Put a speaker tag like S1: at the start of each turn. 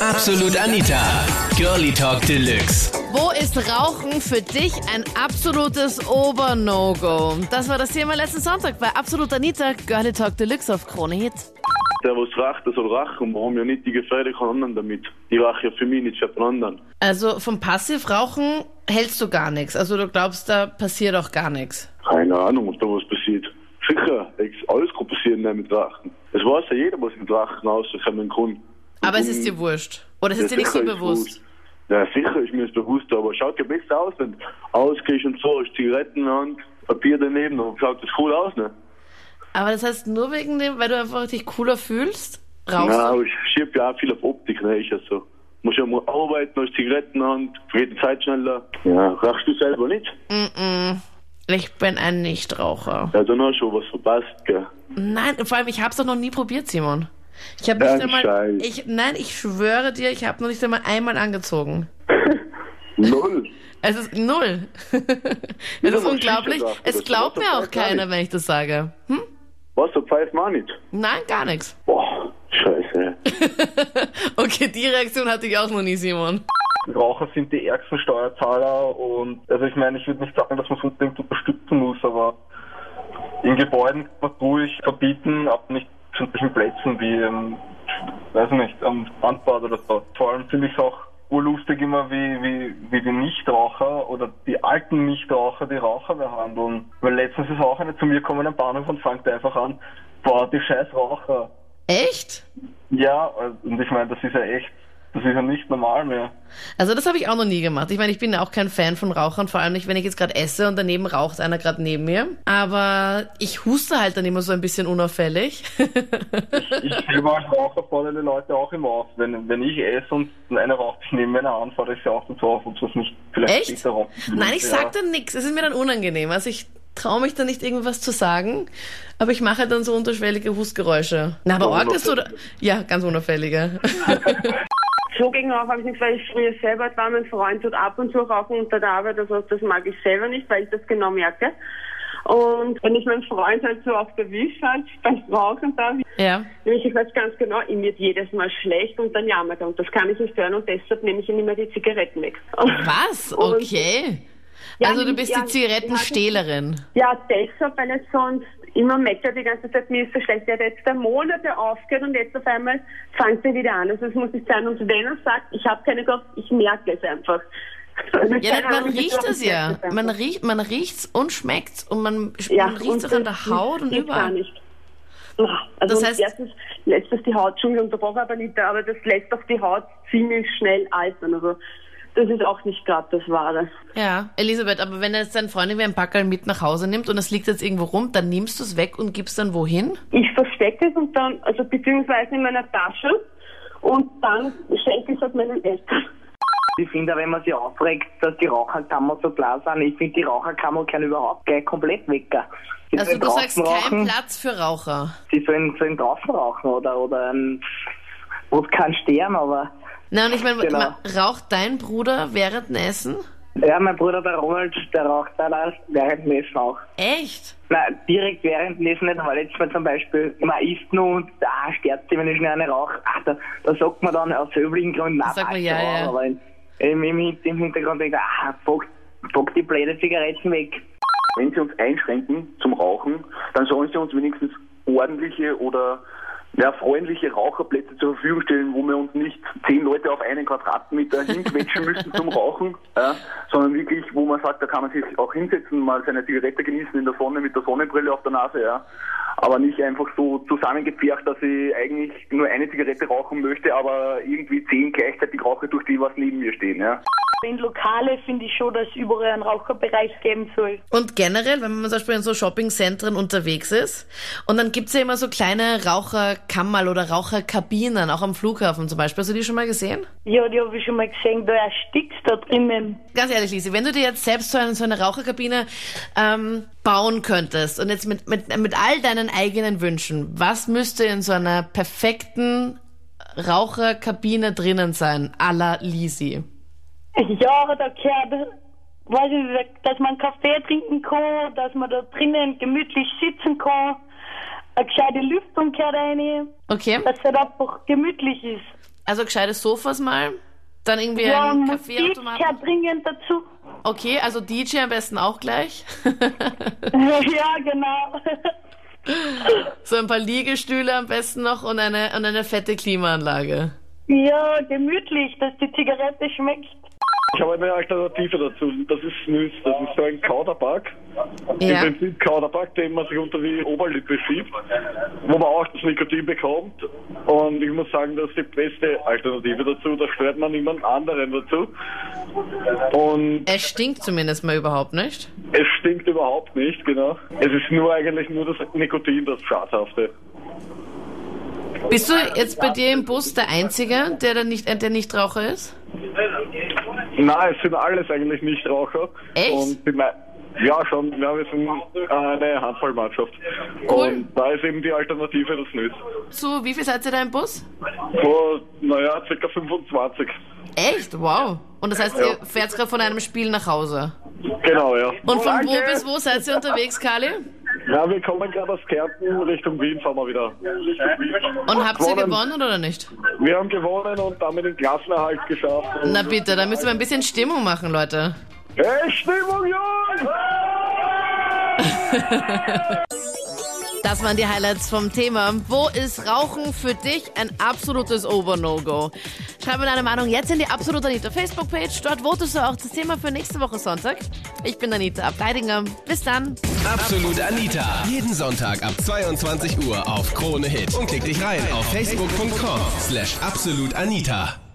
S1: Absolut Anita, Girlie Talk Deluxe.
S2: Wo ist Rauchen für dich ein absolutes Ober-No-Go? Das war das Thema letzten Sonntag bei Absolut Anita, Girlie Talk Deluxe auf Krone Hit.
S3: Der, was raucht, der soll rachen. Wir haben ja nicht die Gefährde keinen anderen damit. Ich rache ja für mich, nicht für den anderen.
S2: Also vom Passivrauchen hältst du gar nichts. Also du glaubst, da passiert auch gar nichts.
S3: Keine Ahnung, ob da was passiert. Sicher, es alles kann passieren nicht mit Drachen. Es weiß ja jeder, was mit Drachen rauskommen kann.
S2: Aber es ist dir wurscht. Oder es ist dir nicht so
S3: sicher
S2: bewusst.
S3: ist Ja, sicher ist mir das bewusst, aber schaut ja besser aus, wenn du ausgehst und so, hast Zigaretten in der Hand, Papier daneben, dann schaut das cool aus, ne?
S2: Aber das heißt nur wegen dem, weil du einfach dich cooler fühlst, rauchst
S3: Ja,
S2: du?
S3: aber ich schieb ja auch viel auf Optik, ne? Ist ja so. Muss ja mal arbeiten, hast Zigaretten in der Hand, geht die Zeit schneller. Ja, rauchst du selber nicht?
S2: Ich bin ein Nichtraucher.
S3: Ja, dann hast du schon was verpasst, gell?
S2: Nein, vor allem, ich hab's doch noch nie probiert, Simon. Ich habe
S3: Dann
S2: nicht einmal.
S3: Scheiß.
S2: Ich, nein, ich schwöre dir, ich habe noch nicht einmal einmal angezogen.
S3: Null.
S2: Es ist null. Es ist
S3: aber
S2: unglaublich.
S3: Shisha sagt,
S2: Es
S3: das
S2: glaubt
S3: macht
S2: mir
S3: doch
S2: auch
S3: gar
S2: keiner,
S3: nichts.
S2: wenn ich das sage. Hm?
S3: Was, der pfeift man nicht?
S2: Nein, gar nichts.
S3: Boah, scheiße.
S2: Okay, die Reaktion hatte ich auch noch nie, Simon.
S4: Raucher sind die ärgsten Steuerzahler und also ich meine, ich würde nicht sagen, dass man es unbedingt unterstützen muss, aber in Gebäuden kann man es ruhig verbieten, aber nicht an solchen Plätzen wie, ähm, weiß nicht, am Strandbad oder so. Vor allem finde ich es auch urlustig immer, wie, wie, wie die Nichtraucher oder die alten Nichtraucher die Raucher behandeln. Weil letztens ist auch eine zu mir gekommen am Bahnhof und fängt einfach an, boah, die scheiß Raucher.
S2: Echt?
S4: Ja, äh, und ich meine, das ist ja echt, das ist ja nicht normal mehr.
S2: Also das habe ich auch noch nie gemacht. Ich meine, ich bin auch kein Fan von Rauchern, vor allem nicht, wenn ich jetzt gerade esse und daneben raucht einer gerade neben mir. Aber ich huste halt dann immer so ein bisschen unauffällig.
S4: Ich selber als Raucher fordere die Leute auch immer auf. Wenn, wenn ich esse und einer raucht, ich nehme meine an, fordere ich sie auch dazu auf, ob sie es nicht vielleicht
S2: Echt?
S4: später rauchen.
S2: Nein, ich sag
S4: das.
S2: dann nichts. Es ist mir dann unangenehm. Also ich traue mich dann nicht irgendwas zu sagen, aber ich mache dann so unterschwellige Hustgeräusche. Na, aber Org ist so... Ja, ganz unauffällige.
S5: So gegen Rauch habe ich nicht, weil ich früher selber war. Mein Freund tut ab und zu rauchen unter der Arbeit. Also das mag ich selber nicht, weil ich das genau merke. Und wenn ich meinen Freund halt so auf der Wisch halt beim Rauchen da,
S2: ja.
S5: nämlich ich weiß ganz genau, ihm wird jedes Mal schlecht und dann jammert er. Und das kann ich nicht hören und deshalb nehme ich ihm immer die Zigaretten weg.
S2: Was?
S5: Und-
S2: Okay.
S5: Ja,
S2: also du bist
S5: ja,
S2: die Zigarettenstehlerin.
S5: Ja, deshalb, weil er sonst immer meckert die ganze Zeit, mir ist so schlecht. Er hat jetzt da Monate aufgehört und jetzt auf einmal fängt er wieder an. Also es muss nicht sein. Und wenn er sagt, ich habe keine Kopf, ich merke es einfach. Also
S2: Ja,
S5: keine
S2: dann, man
S5: Ahnung, ich
S2: riecht
S5: glaub, ich
S2: es ja.
S5: merke es
S2: Man
S5: einfach.
S2: riecht, man riecht's und schmeckt's und man, man riecht's
S5: und
S2: auch an
S5: das
S2: der Haut und
S5: geht Gar
S2: überall.
S5: nicht. Ah, Also
S2: Das
S5: das
S2: heißt-
S5: heißt, erstens, letztes die Haut, Entschuldigung, da brauche ich aber nicht, aber das lässt doch die Haut ziemlich schnell altern. Also das ist auch nicht gerade das Wahre.
S2: Ja, Elisabeth, aber wenn er jetzt deine Freundin wie ein Packerl mit nach Hause nimmt und es liegt jetzt irgendwo rum, dann nimmst du es weg und gibst dann wohin?
S5: ich verstecke es und dann, also beziehungsweise in meiner Tasche und dann schenke ich es halt meinen Eltern.
S6: Ich finde auch, wenn man sich aufregt, dass die Raucherkammer so klar sind, ich finde die Raucherkammer kann überhaupt gleich komplett weg. Sie
S2: Also
S6: sollen
S2: du sagst
S6: draußen
S2: kein
S6: rauchen,
S2: Platz für Raucher.
S6: Sie sollen, sollen draußen rauchen oder, oder ein, wo es kann sterben, aber
S2: Na und ich meine,
S6: Genau.
S2: ma- raucht dein Bruder während dem Essen?
S6: ja, mein Bruder, der Ronald, der raucht halt auch während dem Essen auch.
S2: Echt?
S6: Nein, direkt während dem Essen nicht, aber letztes Mal zum Beispiel, man isst nur und ah, stirbt sie, wenn ich schnell eine rauche. Ah, da, da sagt man dann aus üblichen Gründen, nein,
S2: sagt man,
S6: passt
S2: ja,
S6: schon,
S2: ja.
S6: aber in, im, im, Hin- im Hintergrund denkt man, ah, fuck, fuck die blöde Zigaretten weg.
S3: Wenn sie uns einschränken zum Rauchen, dann sollen sie uns wenigstens ordentliche oder ja, freundliche Raucherplätze zur Verfügung stellen, wo wir uns nicht zehn Leute auf einen Quadratmeter hinquetschen müssen zum Rauchen, ja, sondern wirklich, wo man sagt, da kann man sich auch hinsetzen, mal seine Zigarette genießen in der Sonne mit der Sonnenbrille auf der Nase, ja. Aber nicht einfach so zusammengepfercht, dass ich eigentlich nur eine Zigarette rauchen möchte, aber irgendwie zehn gleichzeitig rauche, durch die was neben mir stehen, ja.
S7: In Lokale finde ich schon, dass es überall einen Raucherbereich geben soll.
S2: Und generell, wenn man zum Beispiel in so Shoppingzentren unterwegs ist, und dann gibt's ja immer so kleine Raucherkammerl oder Raucherkabinen, auch am Flughafen zum Beispiel. Hast du die schon mal gesehen?
S7: Ja, die habe ich schon mal gesehen, da erstickst du da drinnen.
S2: Ganz ehrlich, Lisi, wenn du dir jetzt selbst so eine, so eine Raucherkabine ähm, bauen könntest und jetzt mit, mit, mit all deinen eigenen Wünschen, was müsste in so einer perfekten Raucherkabine drinnen sein, à la Lisi?
S7: Ja, da gehört, weiß ich nicht, dass man Kaffee trinken kann, dass man da drinnen gemütlich sitzen kann. Eine gescheite Lüftung gehört rein,
S2: Okay?
S7: dass es halt einfach gemütlich ist.
S2: Also gescheite Sofas mal, dann irgendwie
S5: Ja,
S2: ein
S5: Musik
S2: Kaffeeautomaten.
S5: gehört dringend dazu.
S2: Okay, also DJ am besten auch gleich.
S5: ja, genau.
S2: so ein paar Liegestühle am besten noch und eine, und eine fette Klimaanlage.
S5: ja, gemütlich, dass die Zigarette schmeckt.
S3: Ich habe eine Alternative dazu. Das ist Snus. Das ist so ein Kauderback.
S2: Ja.
S3: Im Prinzip Kauderback, den man sich unter die Oberlippe schiebt, wo man auch das Nikotin bekommt. Und ich muss sagen, das ist die beste Alternative dazu. Da stört man niemand anderen dazu. Und
S2: Es stinkt zumindest mal überhaupt nicht.
S3: es stinkt überhaupt nicht, genau. Es ist nur eigentlich nur das Nikotin, das Schadhafte.
S2: Bist du jetzt bei dir im Bus der Einzige, der da nicht, äh, der nicht Raucher ist?
S3: Nein, es sind alles eigentlich Nichtraucher.
S2: Echt?
S3: Und die mei- ja, schon. Ja, wir sind äh, eine Handballmannschaft.
S2: Cool.
S3: Und da ist eben die Alternative das Nütz.
S2: So, wie viel seid ihr da im Bus?
S3: So, naja, circa 25.
S2: Echt? Wow. Und das heißt, ihr fährt gerade von einem Spiel nach Hause.
S3: Genau, ja.
S2: Und von wo bis wo seid ihr unterwegs, Kali?
S3: Ja, wir kommen gerade aus Kärnten Richtung Wien, fahren wir wieder.
S2: Und habt ihr
S3: Gewonnen.
S2: gewonnen oder nicht?
S3: Wir haben gewonnen und damit den Klassenerhalt geschafft. Und
S2: Na bitte, da müssen wir ein bisschen Stimmung machen, Leute.
S3: hey, Stimmung, Jungs!
S2: Das waren die Highlights vom Thema. Wo ist Rauchen für dich ein absolutes Ober-No-Go? Schreib mir deine Meinung jetzt in die Absolut Anita Facebook-Page. Dort votest du auch das Thema für nächste Woche Sonntag. Ich bin Anita Abteidinger. Bis dann.
S1: Absolut Anita. Jeden Sonntag ab 22 Uhr auf Krone Hit. Und klick dich rein auf facebook.com slash absolutanita.